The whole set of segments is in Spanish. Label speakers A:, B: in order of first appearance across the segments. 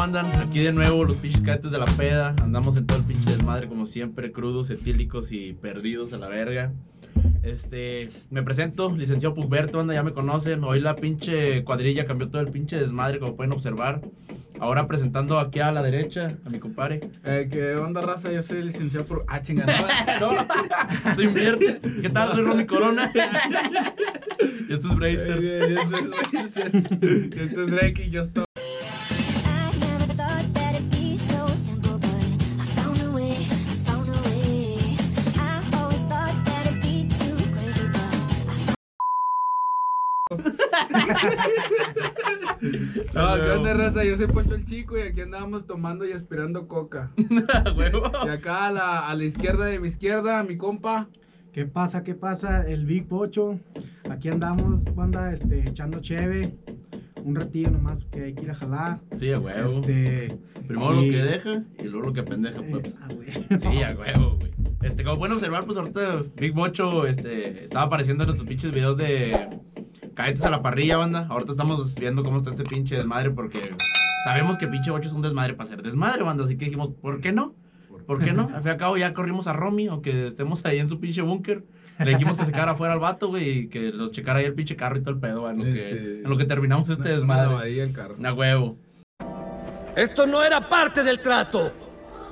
A: andan? Aquí de nuevo los pinches cadetes de la peda. Andamos en todo el pinche desmadre como siempre, crudos, etílicos y perdidos a la verga. Este, me presento, licenciado Pugberto, anda, ya me conocen. Hoy la pinche cuadrilla cambió todo el pinche desmadre, como pueden observar. Ahora presentando aquí a la derecha a mi compadre.
B: Eh, ¿Qué onda, raza? Yo soy licenciado por. Ah, chingada.
A: No, soy Invierte. ¿Qué tal? Soy Romy Corona. y estos Brazers.
B: Este es Drake y yo estoy.
C: I never thought that it'd be so simple, but I found a way, I found a way. I always thought that it'd be too crazy, but I
B: No, ¿qué onda, raza? Yo soy Poncho el Chico y aquí andábamos tomando y aspirando coca.
A: Huevo.
B: Y acá a la, a la izquierda de mi izquierda, mi compa.
D: ¿Qué pasa? ¿Qué pasa? El Big Pocho. Aquí andamos, banda, este, echando cheve. Un ratillo nomás, porque hay que ir a jalar.
A: Sí, a huevo.
D: Este.
A: Primero lo
D: y-
A: que deja y luego lo que pendeja, pues.
D: eh, ah, güey.
A: Sí, a huevo, güey. Este, como pueden observar, pues ahorita Big Bocho este, estaba apareciendo en nuestros pinches videos de caetes a la parrilla, banda. Ahorita estamos viendo cómo está este pinche desmadre porque sabemos que pinche Bocho es un desmadre para hacer desmadre, banda. Así que dijimos, ¿por qué no? ¿Por qué no? Al fin y al cabo ya corrimos a Romy, aunque estemos ahí en su pinche búnker. Le dijimos que se quedara afuera al vato, güey, y que los checara ahí el pinche carro y todo el pedo, va, en lo que,
B: Sí.
A: en lo que terminamos este desmadre.
B: Ahí el carro.
A: A huevo.
E: Esto no era parte del trato.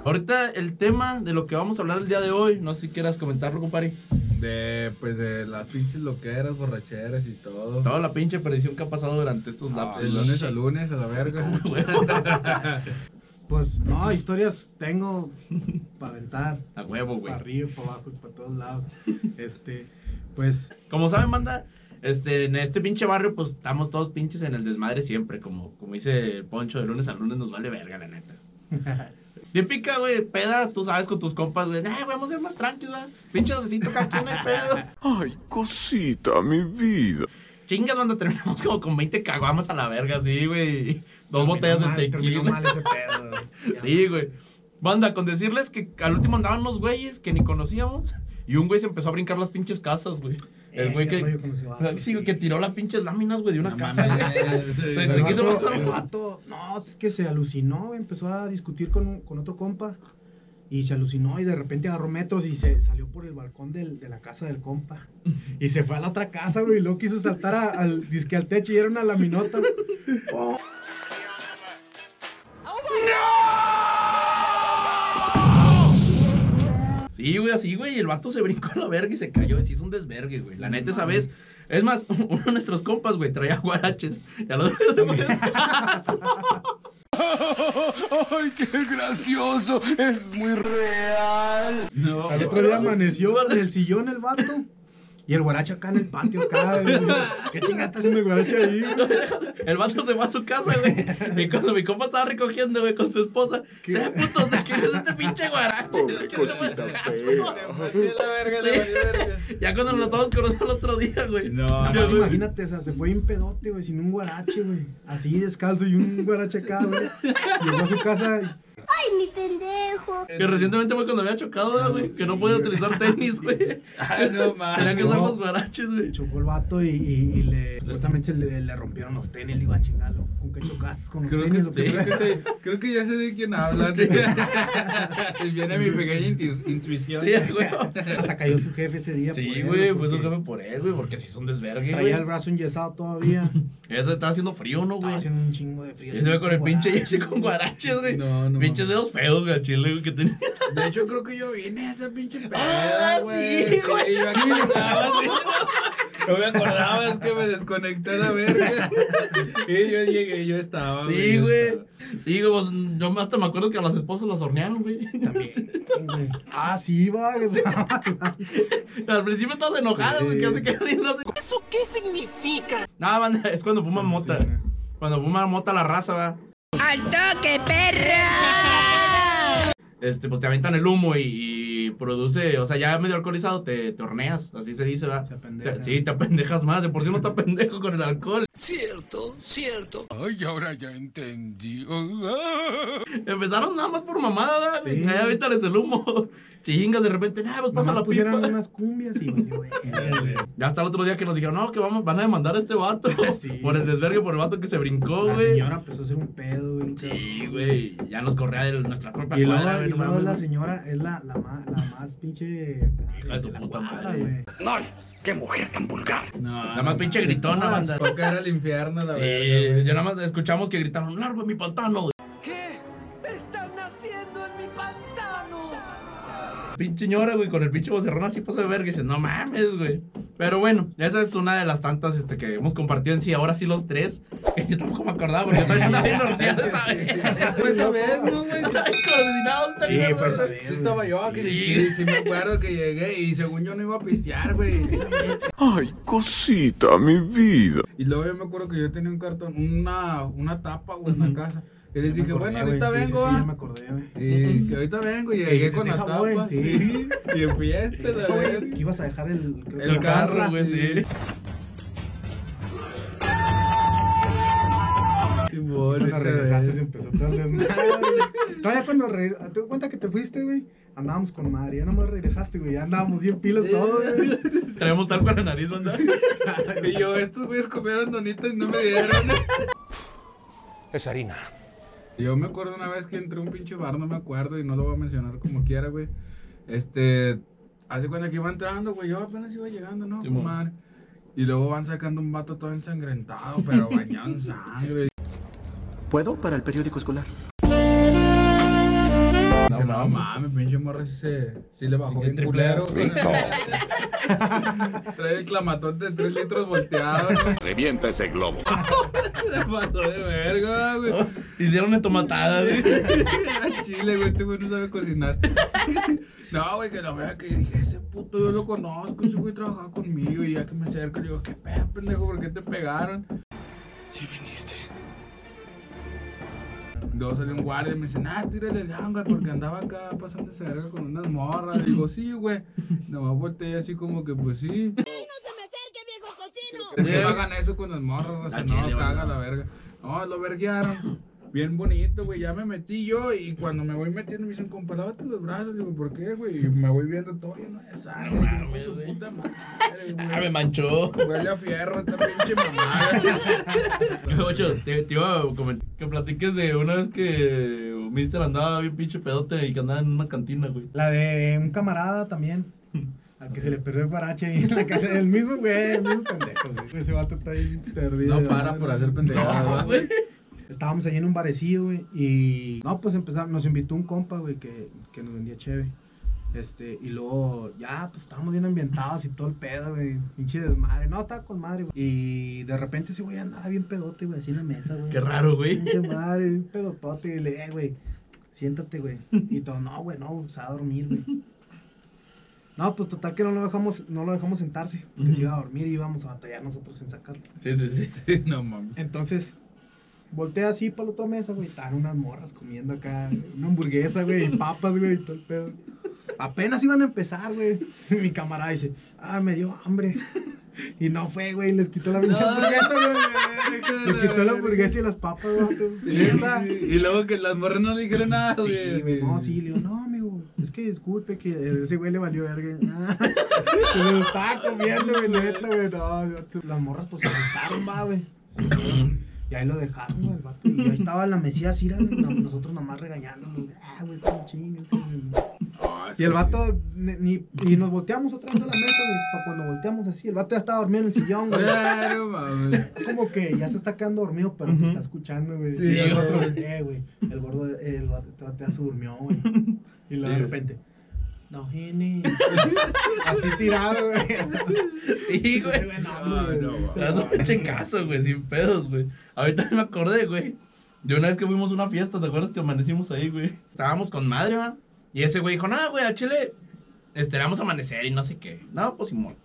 A: Ahorita el tema de lo que vamos a hablar el día de hoy, no sé si quieras comentarlo, compadre.
B: De, pues, de las pinches loqueras, borracheras y todo.
A: Toda la pinche perdición que ha pasado durante estos
B: Ah, De
A: lapsos.
B: lunes a lunes, a la verga.
D: Pues no, historias tengo para aventar.
A: A huevo, güey.
D: Para arriba, para abajo y para todos lados. Este, pues.
A: Como saben, banda, este, en este pinche barrio, pues estamos todos pinches en el desmadre siempre. Como, como dice el Poncho, de lunes a lunes nos vale verga, la neta. Típica, güey, peda, tú sabes, con tus compas, güey. "Nah, güey, vamos a ser más tranquilos, ¿verdad? Pinche necesito aquí no hay pedo.
F: Ay, cosita, mi vida.
A: Chingas, banda, terminamos como con 20 caguamas a la verga, sí, güey. Dos
D: terminó
A: botellas de
D: mal,
A: tequila.
D: terminó mal ese pedo. güey. Eh,
A: Sí, güey. Banda, con decirles que al último andaban unos güeyes que ni conocíamos. Y un güey se empezó a brincar las pinches casas, güey. El
D: Eh,
A: güey
D: qué
A: que.
D: rollo con ese vato,
A: Sí, güey,
D: sí.
A: que tiró las pinches láminas, güey, de una
B: No
A: casa.
B: mames.
A: güey.
B: Sí,
A: Se-
B: el
A: se
D: El
A: quiso
D: vato-
A: matar.
D: el vato, no, es que se alucinó, güey, empezó a discutir con, un- con otro compa y se alucinó y de repente agarró metros y se salió por el balcón del- de la casa del compa y se fue a la otra casa, güey, y luego quiso saltar a- al disque al techo y era una laminota.
A: Sí, güey, así, güey. Y el vato se brincó a la verga y se cayó. Sí, es un desvergue, güey. La neta, esa vez. Es más, uno de nuestros compas, güey, traía guaraches. Y a los otros se fue
E: ¡Ay, qué gracioso! ¡Es muy real!
B: No,
D: Al otro día amaneció en el sillón el vato. Y el guaracho acá en el patio, acá. güey. ¿Qué chingada está haciendo el guaracho ahí?
A: El vato se fue a su casa, güey. Y cuando mi compa estaba recogiendo, güey, con su esposa, se ve putos de quién es este pinche guarache.
F: Pobre
A: Es que no me
F: cosita
A: alcanzo.
F: fea.
B: la verga,
A: Sí. Ya cuando nos estamos conociendo el otro día, güey.
B: No,
A: Yo,
D: Pues
A: güey,
D: imagínate, o sea, se fue un pedote, güey, sin un guarache, güey. Así descalzo y un guarache acá, güey. Llegó a su casa y
A: que recientemente fue cuando me había chocado, ¿verdad, güey. Que no podía utilizar tenis, güey.
B: Ay, Ah, no
A: Tenía
B: mames.
A: que
D: no.
A: usar los guaraches, güey.
D: chocó el vato y, y- y le supuestamente le, le rompieron los tenis, le iba a chingarlo. ¿Con qué chocas? ¿Con los
B: Creo que,
D: tenis? o qué?
B: creo, que sé- creo que ya sé de quién hablan. Viene mi pequeña intu- intuición.
A: Sí, güey.
D: Hasta cayó su jefe ese día. por
A: Sí,
D: él,
A: güey, pues
D: porque
A: un jefe por él, güey, porque si es un desvergue, güey.
D: Traía el brazo enyesado todavía.
A: Eso estaba haciendo frío, ¿no,
D: Estaba
A: güey?
D: haciendo un chingo de frío.
A: Y se ve con el pinche Jesse con
D: guarache.
A: guaraches, güey.
B: No, no
A: Pinches
B: mames.
A: dedos feos, güey, al chile, güey, que tenía.
B: De hecho, creo que yo vine a esa pinche
A: Ah,
B: peda,
A: sí,
B: güey.
A: güey,
B: yo aquí me acordaba, sí. No me acordaba, es que me desconecté a la verga. Y yo llegué, yo estaba.
A: Sí,
B: yo
A: güey.
B: estaba.
A: Sí, güey, pues, yo hasta me acuerdo que a las esposas las hornearon, güey.
D: Ah, sí, va. o sea,
A: Ah, Al principio todos enojados, güey, que hace que alguien no se...
E: ¿Eso qué significa?
A: Nada, banda, es cuando fuman mota.
D: sí, ¿no?
A: Cuando fuma mota la raza, va.
G: ¡Al toque, perra!
A: Este, pues te aventan el humo y, y produce, o sea, ya medio alcoholizado te, te horneas, así se dice, va.
D: Se apendeja.
A: Te- sí, te apendejas más, de por sí no está pendejo con el alcohol.
E: Cierto, cierto. Ay, ahora ya entendí.
A: Empezaron nada más por mamada, ¿verdad?
D: Sí.
A: Ahí aviéntales el humo. chingas de repente, nah, pues pasa
D: Nomás
A: la
D: pusieron
A: pipa.
D: unas cumbias y valió, güey.
A: Ya hasta el otro día que nos dijeron, no, que vamos, van a demandar a este vato.
D: Sí.
A: Por el desvergue, por el vato que se brincó,
D: La
A: güey.
D: señora empezó a hacer un pedo, güey. un
A: Sí, güey. Ya nos correa de nuestra propia
D: Y luego,
A: cuadra, güey,
D: y
A: no
D: luego
A: mames,
D: la
A: güey.
D: señora es la, la, ma- la más pinche. acá,
A: Hija de su
D: la
A: puta
D: cuadra,
A: madre.
D: güey.
B: No,
A: Nada más pinche
D: Ah,
A: gritona, banda.
B: Toca era el infierno, la
A: Sí,
B: verdad.
A: yo nada más escuchamos que gritaron, largo de mi pantano.
E: ¿Qué están haciendo en mi pantano?
A: Pinche señora, güey, con el pinche vocerrón así pasó de verga. Y dices, no mames, güey. Pero bueno, esa es una de las tantas este, que hemos compartido en sí. Ahora sí los tres. que Yo tampoco me acordaba porque yo también andaba bien dormido, ¿sabes?
B: Pues a ver, no, güey.
A: coordinados,
D: Sí,
A: ¿sabes?
D: pues, a ver,
B: Sí estaba yo aquí. Sí. sí, sí me acuerdo que llegué y según yo no iba a pistear, güey.
F: Ay, cosita, mi vida.
B: Y luego yo me acuerdo que yo tenía un cartón, una, una tapa, güey, en la casa. Y les
D: Ya me
B: dije,
D: acordé,
B: bueno, ahorita
D: güey, sí,
B: vengo, ah".
D: sí, sí, ya me
B: va.
D: acordé, güey.
B: Y que ahorita vengo y
D: Que
B: llegué
D: dijiste,
B: con la
D: "Deja,
B: tapa.
D: voy", sí.
B: sí. Y en fiesta, la
D: Güey,
B: verga.
D: que ibas a dejar el, creo que
A: El
D: la
A: carro,
D: barra.
A: güey, sí.
B: Simón,
D: Cuando
B: esa
D: regresaste
B: vez.
D: se empezó todo el desmadre, güey. Todavía cuando re... te das cuenta que te fuiste, güey. Andábamos con madre, ya nomás regresaste, güey. Ya andábamos bien pilas todos,
B: Eh.
D: güey.
A: Traemos tal con la nariz, banda.
B: Y yo, estos güeyes comieron donitas y no me dieron.
E: Es harina.
B: Yo me acuerdo una vez que entré a un pinche bar, no me acuerdo y no lo voy a mencionar como quiera, güey. Este, hace cuenta que iba entrando, güey, yo apenas iba llegando, ¿no?
A: Simón.
B: Comadre. Y luego van sacando un vato todo ensangrentado, pero bañado en sangre.
E: ¿Puedo para el periódico escolar?
B: No, no mames, pinche morra sí, se, sí le bajó
A: Sí, que
B: bien
A: triple
B: culero. Trae el clamatón de 3 litros volteado, güey.
F: Revienta ese globo.
B: Se pasó de verga, güey.
A: Hicieron una tomatada, güey.
B: Al Chile, güey, este güey no sabe cocinar. No, güey, que la verdad que dije, ese puto yo lo conozco, ese güey trabajaba conmigo y ya que me acerco le digo, qué pedo, pendejo, ¿por qué te pegaron?
E: Si viniste.
B: Luego salió un guardia y me dice, ah, tírale el güey, porque andaba acá pasando esa verga con unas morras. Digo, sí, güey. Nomás volteé así como que, pues sí. Es que no hagan eso con las morras, o sea,
A: Al
B: no,
A: chile, güey,
B: caga
A: no.
B: la verga. No, lo verguearon. Bien bonito, güey, ya me metí yo y cuando me voy metiendo me dicen, compadávate los brazos. Digo, ¿por qué, güey? Y me voy viendo todo lleno de sangre.
A: No
B: hijo de
A: mames,
B: su puta madre,
A: Ah, me
B: güey.
A: manchó.
B: Huele a fierro esta pinche mamada.
A: Ocho, te, te iba a comentar que platiques de una vez que Mister andaba bien pinche pedote y que andaba en una cantina, güey.
D: La de un camarada también. Al que se le perdió el parache ahí en la casa del mismo, güey. El mismo pendejo, güey. Ese vato está ahí perdido.
B: No para por hacer
A: No,
B: pendejadas, güey.
A: Ah, güey.
D: Estábamos ahí en un barecillo, güey. Y no, pues empezamos, nos invitó un compa, güey, que, que nos vendía cheve. Este, y luego ya, pues estábamos bien ambientados y todo el pedo, güey. Pinche desmadre. No, estaba con madre, güey. Y de repente ese güey andaba bien pedote, güey, así en la mesa, güey.
A: Qué raro, güey.
D: Pinche madre, un pedotote, güey. Le dije, "Eh, güey, siéntate, güey. Y todo, no, güey, no, se va a dormir, güey. No, pues total que no lo dejamos, no lo dejamos sentarse. Porque se iba a dormir y íbamos a batallar nosotros en sacarlo.
A: Sí, sí, sí.
B: Sí, no mames.
D: Entonces, voltea así para la otra mesa, güey. Estaban unas morras comiendo acá una hamburguesa, güey, y papas, güey, y todo el pedo. Apenas iban a empezar, güey. Y Mi camarada dice, ah, me dio hambre. Y no fue, güey, les quitó la pinche hamburguesa, güey. Le quitó la hamburguesa y las papas, güey.
B: Y, y luego que las morras no le dijeron nada, güey.
D: Sí, güey, no, sí, le digo, no, amigo, es que disculpe que eh, ese güey le valió verga. Ah, se lo estaba comiendo, güey, neta, güey, no. Las morras, pues, se asustaron, va, güey. Sí, güey. y ahí lo dejaron, güey, el vato. Y ahí estaba la mesía Cira, güey, no- nosotros nomás regañándolo. Ah, güey, está un chingo.
B: Ah,
D: Y el vato, ni, ni- y nos volteamos otra vez a la mesa, güey, para cuando volteamos así. El vato ya estaba dormido en el sillón, güey.
B: Claro, mames.
D: Como que ya se está quedando dormido, pero te está escuchando, güey.
A: Sí,
D: y nosotros, eh, güey, el gordo, eh, el vato, este vato ya se durmió, güey. Y luego
A: Sí.
D: de repente, no, Gene. Así tirado, güey.
A: Sí,
D: Ese
A: güey.
D: güey, no, güey,
B: No, no,
D: ese
A: Estás un
D: vato.
A: pinche caso, güey, sin pedos, güey. Ahorita me acordé, güey. De una vez que fuimos a una fiesta, ¿te acuerdas que amanecimos ahí, güey? Estábamos con madre, ¿va? Y ese güey dijo, no, güey, a Chile, este, vamos a amanecer y no sé qué. No, pues Simón.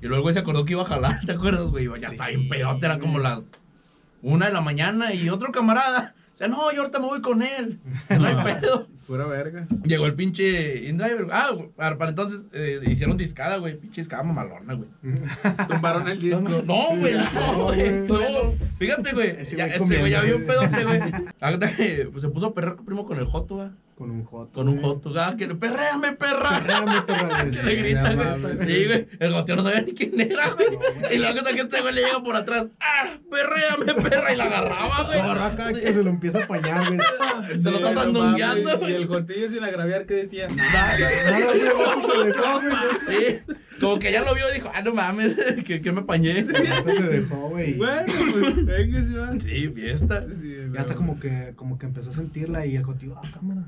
A: Y luego el güey se acordó que iba a jalar, ¿te acuerdas, güey? Ya está bien pedote, era como las una de la mañana y otro camarada. O sea, no, yo ahorita me voy con él. No hay pedo.
B: Pura verga.
A: Llegó el pinche InDriver. Ah, güey, para para entonces eh, hicieron discada, güey. Pinche discada mamalona, güey.
B: Tumbaron el disco.
A: No, güey, no, güey.
D: No,
A: No. Fíjate, güey.
D: Ese
A: ya-
D: güey
A: Ese güey ya vio
D: comiendo,
A: un pedote, güey. Hagata que pues, se puso a perrar primo con el Joto, güey.
D: Con un joto.
A: Con un
D: güey.
A: joto. Ah, que le perréame, perra.
D: Perréame, perra,
A: Que
D: güey.
A: le grita,
B: no
A: güey.
B: mames.
A: Sí, güey. El goteo no sabía ni quién era, güey. Y luego que este güey le llega por atrás. ¡Ah! ¡Perréame, perra! Y la agarraba, güey.
D: No, acá que se lo empieza a apañar, güey.
A: Se lo está sandungueando,
B: Y el
A: güey.
B: gotillo sin agraviar, ¿qué decía?
D: Nada, güey, el vato se dejó, güey.
A: Sí. Como que ya lo vio y dijo, ah, no mames, que, que me apañé.
D: El vato se dejó, güey.
B: Bueno, pues venga, se va.
A: Sí, fiesta.
B: Sí,
D: Ya hasta como que, como que empezó a sentirla y el jotillo, ah, cámara.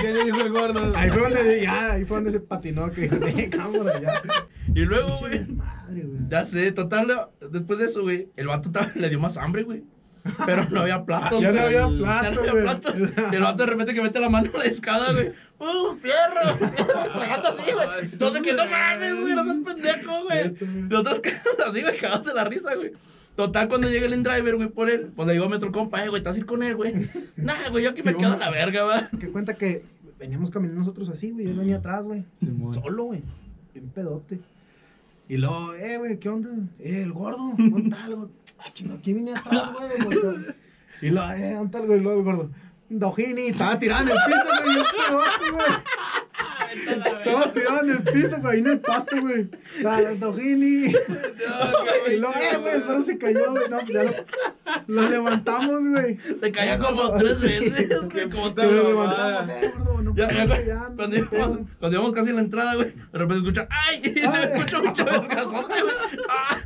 B: ¿Qué le dijo el gordo?
D: Ahí fue donde, ya, ahí fue donde se patinó, que dijo, eh, cámara, ya.
A: Y luego,
D: Pinche
A: güey.
D: desmadre, güey.
A: Ya sé, total, después de eso, güey, el vato ta- le dio más hambre, güey. Pero no había platos,
D: Ya
A: güey.
D: no había
A: Ya no
D: plato,
A: había
D: güey.
A: platos. Y el vato de repente que mete la mano en la escada, güey. ¡Uh, fierro! Tragando así, güey. Entonces que no mames, güey, no seas pendejo, güey. De otras casas así, güey, cagados de la risa, güey. Total, cuando llega el endriver, güey, por él, cuando digo a Metro Compa, eh, güey, te vas a ir con él, güey. Nah, güey, yo aquí me
D: Yo
A: quedo
D: no.
A: en la verga, va.
D: Que cuenta que veníamos caminando nosotros así, güey. Él venía atrás, güey.
B: Simón.
D: Solo, güey. Bien pedote. Y luego, eh, güey, ¿qué onda? Eh, el gordo. ¿Dónde está el gordo? Ah, chingo, ¿quién viene atrás, güey? Volteo. Y luego, eh, ¿dónde está el güey? Y luego el gordo. Dojini, estaba tirado en el piso, güey. Bien pedote, güey. Estaba tirado en el piso, güey. Ahí en el pasto, güey. Ah, Dojini. Y luego, eh, güey, el perro se cayó, güey. No, pues ya lo, lo levantamos, güey.
A: Se cayó como tres veces, güey, como
D: Te
A: tres
D: lo
B: mamada.
D: levantamos, eh, gordo. No,
A: Ya, ya,
D: mames,
A: güey,
D: no
A: cuando,
D: sé qué
A: íbamos,
D: pedo.
A: cuando íbamos casi en la entrada, güey, de repente escucha, ¡ay! Y se
D: Ay.
A: escucha mucho vergazote, güey. ¡Ah!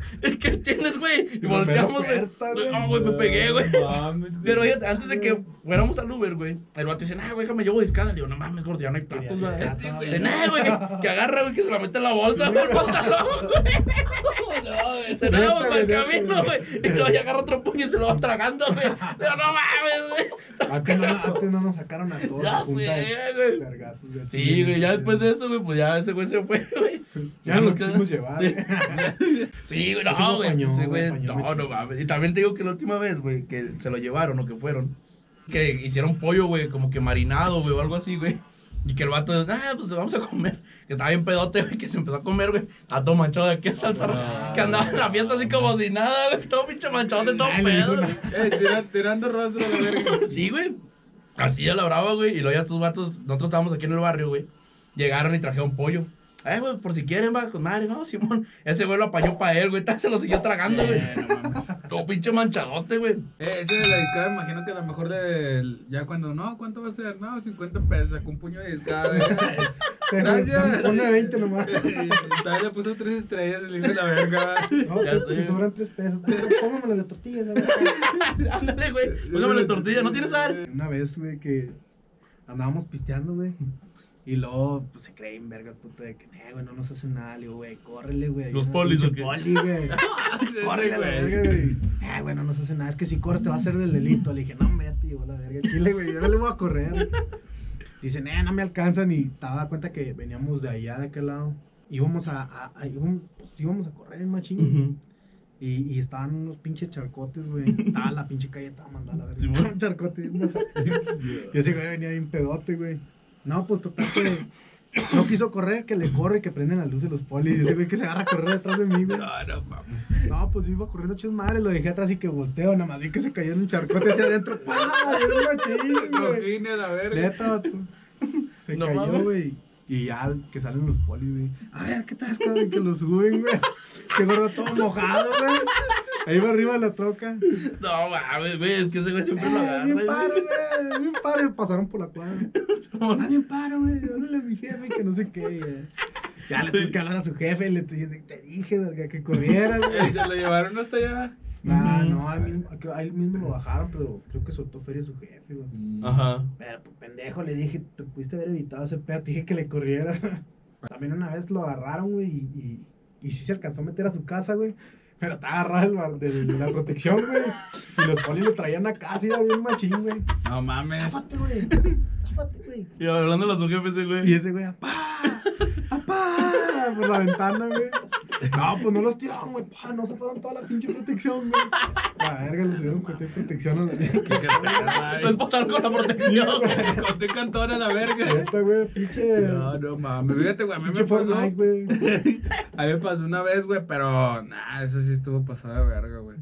A: ¿Qué tienes, güey? Y
D: Me
A: volteamos,
D: pegó
A: güey.
D: puerta, güey.
A: No, güey, me pegué, güey.
B: No mames, güey.
A: Pero fíjate, antes de que fuéramos al Uber, güey, el vato dice, nah, güey, déjame llevo discada. Le digo, no mames, gordo, ya no hay tantos,
D: Quería
A: güey.
D: discada,
A: Dice, nah, güey, que- que agarra, güey, que se la mete en la bolsa, güey, el pantalón, güey. Dice, no,
D: Neta,
A: güey, para el
D: neta,
A: camino, güey. Y luego ya agarra otro puño y se lo va tragando, güey. Digo, no mames, güey.
D: Antes no, antes no nos sacaron a todos.
A: Ya
D: a punta de
A: sé, güey.
D: vergazos, güey.
A: Sí, güey, ya después de eso, güey, pues ya ese güey se fue, güey.
D: Ya nos
A: nos queda-
D: quisimos llevar. eh.
A: Sí.
D: güey.
A: Sí, güey,
D: Ese
A: no,
D: me
A: güey,
D: apañó,
A: ese
D: me
A: güey,
D: apañó, me
A: no, no
D: chingó.
A: mames. Y también te digo que la última vez, güey, que se lo llevaron o que fueron, que hicieron pollo, güey, como que marinado, güey, o algo así, güey. Y que el vato, ah, pues vamos a comer. Que estaba bien pedote, güey, que se empezó a comer, güey. Estaba todo manchado de aquí
D: Ah,
A: a salsa roja. Que andaba en la fiesta así como si nada, güey. Todo pinche manchado de todo
D: Nadie le dijo
A: pedo, güey.
D: nada.
B: Eh, tira- tirando rostro a la verga.
A: Sí, güey. Así a la brava, güey. Y luego ya estos vatos, nosotros estábamos aquí en el barrio, güey. Llegaron y trajeron pollo. Eh, güey, por si quieren, va, con madre, no, Simón. Ese güey lo apañó para él, güey. tal, Se lo siguió tragando, güey.
D: Eh,
A: Todo pinche manchadote, güey.
B: Eh, ese de la discada, me imagino que a lo mejor del. Ya cuando, no, ¿cuánto va a ser? No, 50 pesos, sacó un puño de discada.
D: Te
B: Gracias.
D: dan- Ponle 20 nomás.
B: Tal, le puso tres estrellas y le hizo la verga.
D: No,
A: Ya
D: te,
A: sé.
D: te sobran 3 pesos. Póngame las de tortillas. a ver.
A: Ándale,
D: Eh,
A: güey. Póngame la tortilla, ¿no tienes sal?
D: Una vez, güey, que andábamos pisteando, güey. Y luego, pues se creen, verga, el puto de que, "Nah, güey, no nos hacen nada. Le digo, güey, córrele, güey.
A: ¿Los
D: Una
A: polis o
D: pinche
A: qué?
D: Poli, güey. Córrele a la verga, güey. Ah, güey, no nos hace nada. Es que si corres te va a hacer del delito. Le dije, no, hombre, ya te llevó la verga. al Chile, güey, yo no le voy a correr. Dicen, eh, no me alcanzan. Y te daba cuenta que veníamos de allá, de aquel lado. Íbamos a, a- a- íbamos, pues, íbamos a correr en machín.
A: Ujú.
D: y, y estaban unos pinches charcotes, güey. Estaba la pinche calle, estaba mandada a la verga.
A: Sí, bueno.
D: un charcote. un masa- y ese güey venía bien pedote, güey. No, pues total que no quiso correr, que le corre y que prenden la luz de los polis. Y ese güey que se agarra a correr detrás de mí, güey.
A: Ah,
B: No, no, mames.
D: No, pues yo iba corriendo chus madre, lo dejé atrás y que volteo, nada más vi que se cayó en un charcote hacia adentro. ¡Pah! Era un machín, güey.
B: Cojine a la verga.
D: Neta, vato. Se
A: No
D: cayó,
A: mames.
D: güey. Y ya que salen los polis, güey. A ver, ¿qué tal, cabrón? Que lo suben, güey. Que gordo todo mojado, güey. Ahí va arriba de la troca.
A: No, mames, güey. Es que ese güey siempre lo
D: Eh,
A: agarra,
D: bien
A: güey.
D: paro, güey. Bien paro. Y Pasaron por la cuadra. Ah, bien paro, güey. Háblale a mi jefe, que no sé qué. güey. Ya le tuve que hablar a su jefe. Le tuve, te dije, verga, que corrieras, güey.
B: Eh, Se lo llevaron hasta allá.
D: Nah, no, ahí mismo, creo- ahí mismo lo bajaron, pero creo que soltó feria su jefe, güey.
A: Ajá.
D: Pero, pues, pendejo, le dije, te pudiste haber evitado ese pedo, te dije que le corriera. También una vez lo agarraron, güey, y, y, y sí se alcanzó a meter a su casa, güey. Pero estaba agarrado el bar- de la protección, güey. Y los polis lo traían a casa y era bien machín, güey.
B: No mames.
D: Záfate, güey. Záfate, güey.
A: Y hablando a su jefe, ese
D: Y
A: güey.
D: ese güey, ¡apá! ¡Apá! Por la ventana, güey. No, pues no los tiraron, güey. Pa, no se fueron toda la pinche protección, güey. La verga, lo subieron con protección a la neta,
A: Nos pasaron con pues, la protección.
B: Conté cantón a la verga.
D: güey. Pinche.
B: No, no mames. Fíjate, güey, a mí me
D: pinche
B: pasó.
D: Fortnite, güey.
B: A mí me pasó una vez, güey, pero nah, eso sí estuvo pasada de verga, güey.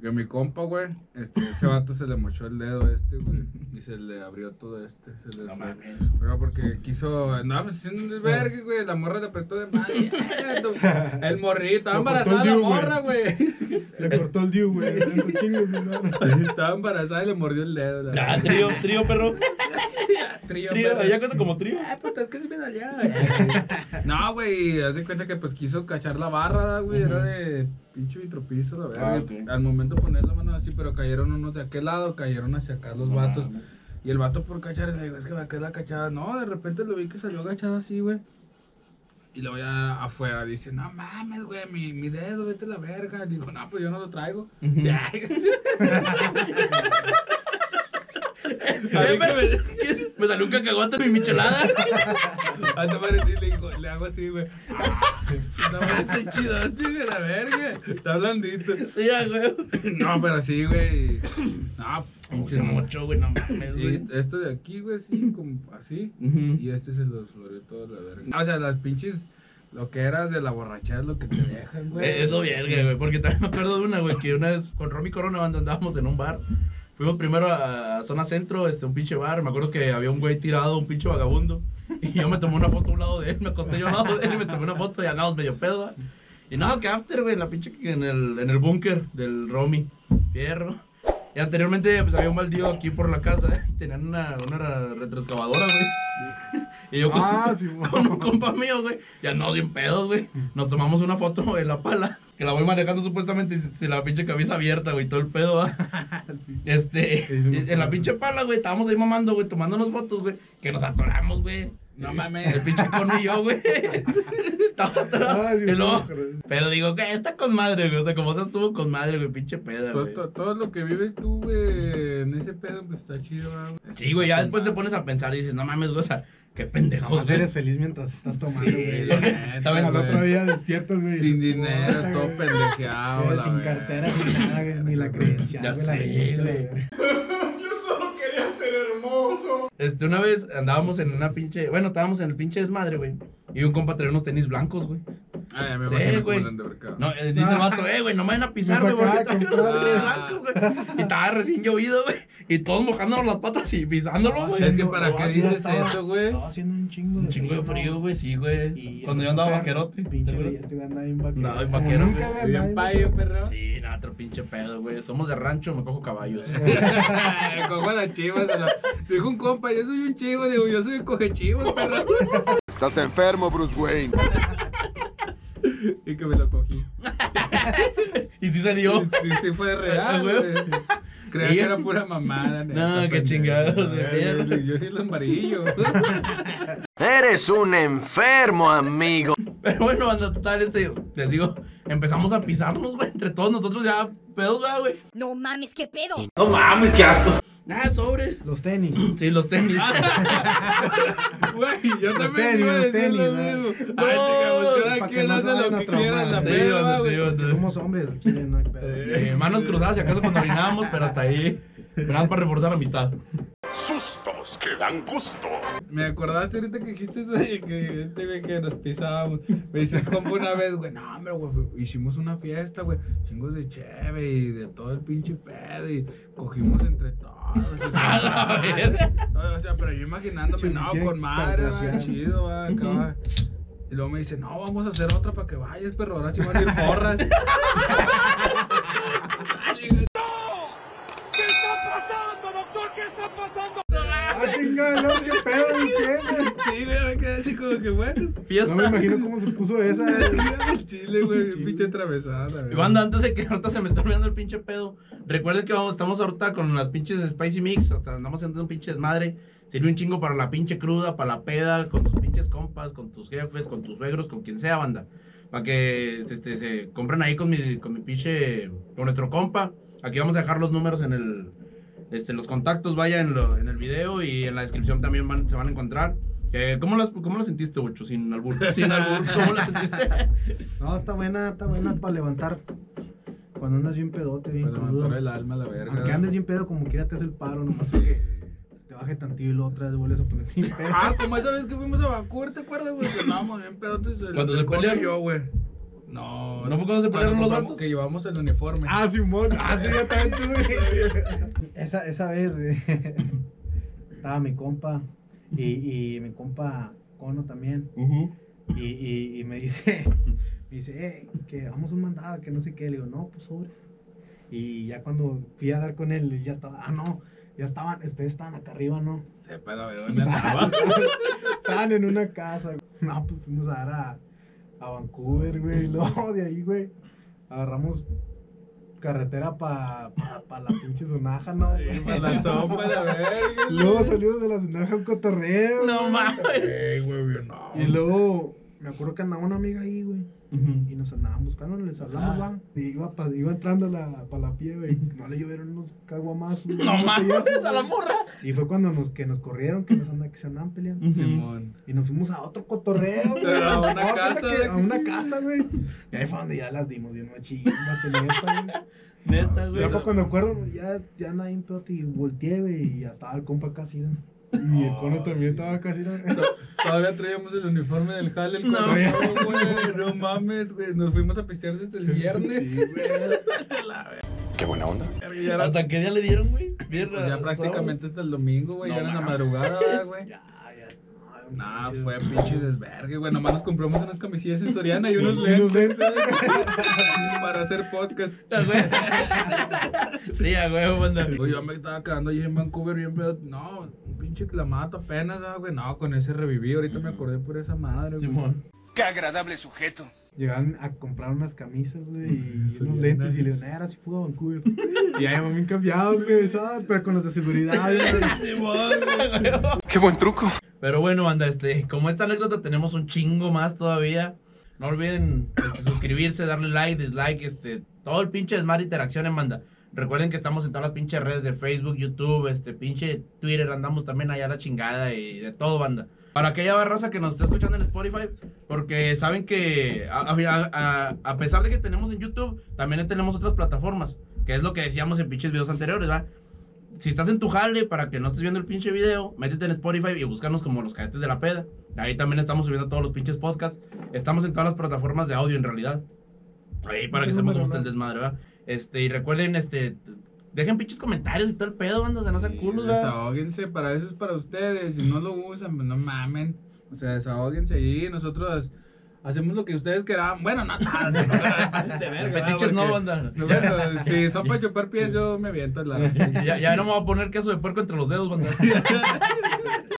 B: Que mi compa, güey, este, ese vato se le mochó el dedo este, güey, y se le abrió todo este. Se le
A: No
B: fue.
A: mames.
B: Pero porque quiso, andaba haciendo el verga, güey, la morra le apretó de mal. y, ah, tu- El morrito, estaba
D: Lo cortó
B: embarazada
D: el
B: la
D: dedo, güey.
B: morra, güey.
D: Le cortó el dew, güey. Le dijo, "Chingue su madre".
B: Estaba embarazada y le mordió el dedo. La
A: Ya, trío, trío, perro.
B: trío,
A: Trío,
B: perro.
A: ya cuenta como trío.
B: Ah, puta, es que sí me dolió. no, güey, hace cuenta que pues quiso cachar la barra, güey, era de pinche vitropiso, la verga.
A: Ah, ok.
B: Al momento poner la mano así, pero cayeron unos de aquel lado, cayeron hacia acá los vatos. Y el vato por cachar, le digo, es que va a quedar la cachada. No, de repente lo vi que salió agachada así, güey. Y lo voy a afuera, dice, no mames, güey, mi, mi dedo, vete a la verga. Digo, no, pues yo no lo traigo.
A: Eh, pero me, me salió un cacahuate en mi michelada.
B: Anda para ti, le, digo- le hago así, güey. No, está chido, güey, la verga. Está blandito.
A: Sí, ya, güey.
B: No, pero sí, güey. No,
A: Como
B: pinche
A: se
B: no.
A: mochó, güey, no mames, güey.
B: Y esto de aquí, güey, sí, como así.
A: Ujú.
B: Y este se lo floreó todo la verga. O sea, las pinches lo que eras de la borrachera es lo que te dejan,
A: Sí,
B: güey.
A: Es lo verga, güey. Porque también me acuerdo de una, güey, que una vez con Romy Corona banda, andábamos en un bar. Fuimos primero a a zona centro, este, un pinche bar. Me acuerdo que había un güey tirado, un pinche vagabundo. Y yo me tomé una foto a un lado de él, me acosté yo al lado de él y me tomé una foto y andábamos medio pedo. ¿va? Y no, que after, güey, en la pinche en el, en el búnker del Romy. Fierro. Y anteriormente, pues había un baldío aquí por la casa. Y tenían una, una retroexcavadora, güey. Y yo con-
D: Ah, sí, güey.
A: con un compa mío, güey. Ya no, bien pedos, güey. Nos tomamos una foto en la pala. Que la voy manejando supuestamente y se se la pinche cabeza abierta, güey. Todo el pedo, va. Este,
D: Sí, sí me
A: en la
D: acuerdo.
A: pinche pala, güey. Estábamos ahí mamando, güey. Tomándonos fotos, güey. Que nos atoramos, güey.
B: No
A: Eh,
B: mames.
A: El pinche cono y yo, güey. Estábamos atorados.
D: Ah, sí,
A: y luego-
D: me acuerdo.
A: pero digo, que está con madre, güey. O sea, como se estuvo con madre, güey. Pinche peda,
B: Todo,
A: güey.
B: todo, todo lo que vives tú, güey, en ese pedo, pues está chido, güey.
A: Sí, güey. Ya después te pones a pensar y dices, no mames, güey. O sea, qué pendejo.
D: Nomás eres feliz mientras estás tomando,
B: Sí,
D: güey.
B: la
A: Está bien,
B: neta,
D: Al
B: güey.
D: otro día despiertas, güey. y
B: Sin
D: dices,
B: dinero,
D: "Puta,
B: todo
D: güey".
B: pendejeado.
D: Güey,
B: la
D: Eh, Sin
B: verga.
D: cartera, sin nada, güey. Ni la credencial,
A: Ya
D: güey. la
A: sé,
D: vendiste, la
A: güey.
D: verga.
A: Este, una vez andábamos en una pinche. Bueno, estábamos en el pinche desmadre, güey. Y un compa traía unos tenis blancos, güey.
B: Ay, Ah, me
A: Sí,
B: imagino
A: güey.
B: cómo lo han de mercado.
A: No, eh, dice el vato, eh, güey, no me van a pisar,
D: Me
A: güey, porque
D: sacaba
A: traía
D: con
A: unos tenis
B: todo.
A: blancos, güey. Y estaba recién llovido, güey. Y todos mojándonos las patas y pisándolo,
D: Estaba
A: güey.
B: es que
D: haciendo-
B: para
D: no,
B: qué
D: así ya
B: dices eso, güey.
D: Estaba haciendo un chingo
A: Un chingo de frío, güey, sí, güey.
D: Y
A: Cuando yo andaba
D: pinche
A: vaquerote.
D: Pinche
A: ¿te
D: güey,
A: acuerdas?
D: este güey andaba bien vaquero.
A: No, bien
D: Como
A: vaquero,
D: Nunca,
A: güey.
D: güey.
B: Bien
D: andaba bien
B: payo, perro.
A: Sí, nada, otro pinche pedo, güey. Somos de rancho, me cojo caballos.
B: Cojo a las chivas. a la- Dijo un compa, yo soy un chivo. Digo, yo soy el coge chivas, perro.
F: Estás enfermo, Bruce Wayne.
B: Y que me lo cogí.
A: Y sí salió.
B: Sí, sí, sí fue real,
A: güey.
B: güey. Creía
A: Sí.
B: que era pura mamada. neta,
A: No, qué
B: pendejo.
A: chingados,
B: Ay,
A: de
B: güey,
A: perro.
B: Yo soy el amarillo.
E: Eres un enfermo, amigo.
A: Pero bueno, banda, total, este, les digo, empezamos a pisarnos, güey, entre todos nosotros ya pedos, güey, güey.
C: No mames, qué pedo.
A: Ah, sobres.
D: Los tenis.
A: Sí, los tenis.
B: Güey, yo
D: Los
B: también
D: tenis,
B: iba a
D: los
B: decir lo
D: tenis,
B: mismo.
D: ¿no?
B: Ay, chingamos,
A: No,
B: cada
D: pa' que
B: quien
D: no se
B: hace
D: vayan
B: lo
D: a
B: que quiera en la
D: traumar.
A: Sí,
B: peda,
A: banda, sí,
B: güey.
A: banda.
D: Somos hombres, al chile, no hay pedo.
A: Eh, manos cruzadas, si acaso cuando orinábamos, pero hasta ahí. Nada más para reforzar la amistad.
F: Sustos que dan gusto.
B: Me acordaste ahorita que dijiste eso de que este güey que nos pisábamos. Me dice un compa una vez, güey, no, hombre, güey, fue- hicimos una fiesta, güey, chingos de cheve y de todo el pinche pedo y cogimos entre todos. y-
A: A la verga.
B: O sea, pero yo imaginándome,
D: Pinche
B: no,
D: mujer
B: con madre, va,
D: fantaseada.
B: chido, va, acá va. Y luego me dice, no, vamos a hacer otra para que vayas, pero ahora sí van a ir porras.
D: Ah, chingada, no, qué pedo, güey, qué, güey.
B: Sí, güey, me quedé así como que bueno.
D: No
A: Fiesta.
D: me imagino cómo se puso esa. eh. güey.
B: El Chile, güey,
D: Chile.
B: pinche atravesada. la
A: Y
B: verdad.
A: banda, antes de que ahorita se me está olvidando el pinche pedo, recuerden que vamos, estamos ahorita con las pinches Spicy Mix, hasta andamos haciendo un pinche desmadre. Sirve un chingo para la pinche cruda, para la peda, con tus pinches compas, con tus jefes, con tus suegros, con quien sea, banda. Para que se- este, se compren ahí con mi, con mi pinche, con nuestro compa. Aquí vamos a dejar los números en el, este, los contactos, vaya en, lo- en el video y en la descripción también van- se van a encontrar. Eh, ¿cómo, las, ¿Cómo las sentiste, Ocho? Sin albur. Sin albur, ¿cómo las sentiste?
D: No, está buena, está buena para levantar. Cuando andas bien pedote, bien
B: Para
D: crudo.
B: levantar el alma a la verga.
D: Aunque andes bien pedo, como quiera te hace el paro, nomás que te baje tantillo y luego otra vez vuelves a ponerte bien pedo.
B: Ah, como esa vez que fuimos a Vancouver, ¿te acuerdas, güey? Que andábamos bien pedotes. el
A: Cuando se
B: Cono
A: pelearon.
B: y yo, güey. No.
A: ¿No fue cuando se pelearon los
B: compramos-
A: vatos?
B: Que llevamos el uniforme.
D: Ah, Simón, ah, sí, ya también tú, güey. Esa, esa vez, güey, estaba mi compa y, y mi compa Cono también. y, y, y me dice, me dice, "Eh, que vamos a un mandado, que no sé qué. Le digo, no, pues sobre. Y ya cuando fui a dar con él, ya estaba, ah, no, ya estaban, ustedes estaban acá arriba, ¿no?
B: Se pedo, a ver, ¿dónde andaba?
D: Estaban en una casa. No, pues fuimos a dar a, a Vancouver, güey. Y luego de ahí, güey, agarramos carretera para pa, pa la pinche sonaja, ¿no? güey?
B: Para la sombra, la verga.
D: Luego salimos de la sonaja a un cotorreo.
A: No
D: güey.
A: mames.
B: Eh, güey, güey, no.
D: Y luego, me acuerdo que andaba una amiga ahí, güey.
A: Ujú.
D: Y nos andaban buscando, les hablamos, va. Y iba, pa- iba entrando la, pa la pie, güey. No le llovieron unos caguamazos. unos
A: No mames
D: botellazos,
A: a la
D: güey.
A: morra.
D: Y fue cuando nos, que nos corrieron, que, nos anda, que se andaban peleando.
B: Simón.
D: Y nos fuimos a otro cotorreo, güey.
B: Pero a una
D: No,
B: casa,
D: fíjate
B: de
D: a
B: que
D: una
B: sí.
D: casa, güey. Y ahí fue donde ya las dimos, bien machín, mate, neta, güey.
A: Neta, güey.
D: Ya fue cuando acuerdo, ya, ya andaba bien peote y volteé, güey. Y ya estaba el compa casi. ¿no? Y el
B: Oh,
D: cono también
B: sí.
D: estaba casi. ¿no?
B: Todavía traíamos el uniforme del Hal, el
A: No.
B: cotorreo, güey. No mames, güey. Nos fuimos a pistear desde el viernes.
D: Sí, güey.
F: Qué buena onda.
B: Y ya era-
A: ¿Hasta qué día le dieron, güey? Viernes,
B: pues ya
A: sábado.
B: prácticamente hasta el domingo, güey.
A: No
B: ya era en la
A: mames.
B: madrugada, güey.
D: Ya, ya. no, era un
B: Nah,
D: pinche-
B: fue pinche desvergue, güey. Nomás nos compramos unas camisillas en Soriana y unos
D: Sí,
B: lentes
D: lentes.
B: para hacer podcast.
A: Ah, güey. Sí, a huevo, banda.
B: Güey, yo me estaba quedando allí en Vancouver bien pedo. No, un pinche clamato apenas, ah, güey. No, con ese reviví. Ahorita me acordé por esa madre, güey.
A: Simón.
G: Qué agradable sujeto.
D: Llegaban a comprar unas camisas, güey, y
B: Soy
D: unos
B: bien
D: lentes y
B: nice.
D: le dijeron, ahora sí fue a Vancouver. y ahí van bien cambiados, güey, ¿sabes? Pero con los de seguridad, güey.
F: Qué buen truco.
A: Pero bueno, banda, este, como esta anécdota tenemos un chingo más todavía. No olviden este, suscribirse, darle like, dislike, este, todo el pinche desmadre interacción en banda. Recuerden que estamos en todas las pinches redes de Facebook, YouTube, este, pinche Twitter, andamos también allá a la chingada y de todo, banda. Para aquella raza que nos está escuchando en Spotify, porque saben que a, a- a- a pesar de que tenemos en YouTube, también tenemos otras plataformas, que es lo que decíamos en pinches videos anteriores, ¿va? si estás en tu jale para que no estés viendo el pinche video, métete en Spotify y búscanos como los cadetes de la peda. Ahí también estamos subiendo todos los pinches podcasts. Estamos en todas las plataformas de audio en realidad. Ahí para que sepan cómo está el desmadre, ¿verdad? Este, y recuerden, este, dejen pinches comentarios y todo el pedo, banda, o sea, no sean
B: Sí,
A: culos, ¿verdad?
B: Desahóguense, para eso es para ustedes. Si no lo usan, pues no mamen. O sea, desahóguense y nosotros hacemos lo que ustedes quieran. Bueno, no, no, no, no, de verga,
A: Fetiches no,
B: porque-
A: banda.
B: No, bueno, si son para chupar pies, yo me aviento la.
A: Ya, ya no me voy a poner queso de puerco entre los dedos, banda.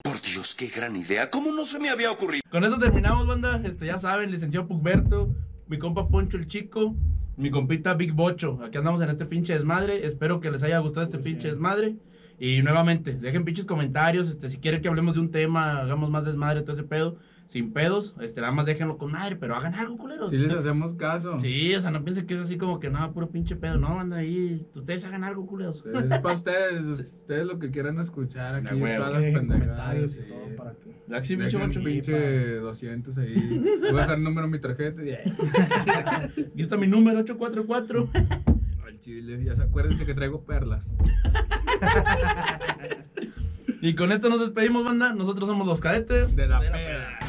G: Por Dios, qué gran idea. ¿Cómo no se me había ocurrido?
A: Con eso terminamos, banda. Este, ya saben, licenciado Pugberto, mi compa Poncho el Chico, mi compita Big Bocho. Aquí andamos en este pinche desmadre. Espero que les haya gustado este pinche desmadre. Y nuevamente, dejen pinches comentarios. Este, si quieren que hablemos de un tema, hagamos más desmadre, todo ese pedo. Sin pedos, este, nada más déjenlo con madre, pero hagan algo, culeros.
B: Si les hacemos caso.
A: Sí, o sea, no piensen que es así como que nada, puro pinche pedo. No, banda, ahí, ustedes hagan algo, culeros.
B: Es para ustedes, ustedes lo que quieran escuchar aquí,
A: De huevo.
B: todas las
D: Dejen
B: pendejadas.
D: comentarios
B: sí.
D: y todo para que...
A: Ya que sí,
B: Dejen
A: pinche Bocho.
B: un pinche 200 ahí. Voy a dejar el número en mi tarjeta y eh,
A: Aquí está mi número, 844.
B: al chile. Ya se acuérdense que traigo perlas.
A: Y con esto nos despedimos, banda. Nosotros somos los cadetes
B: De la peda.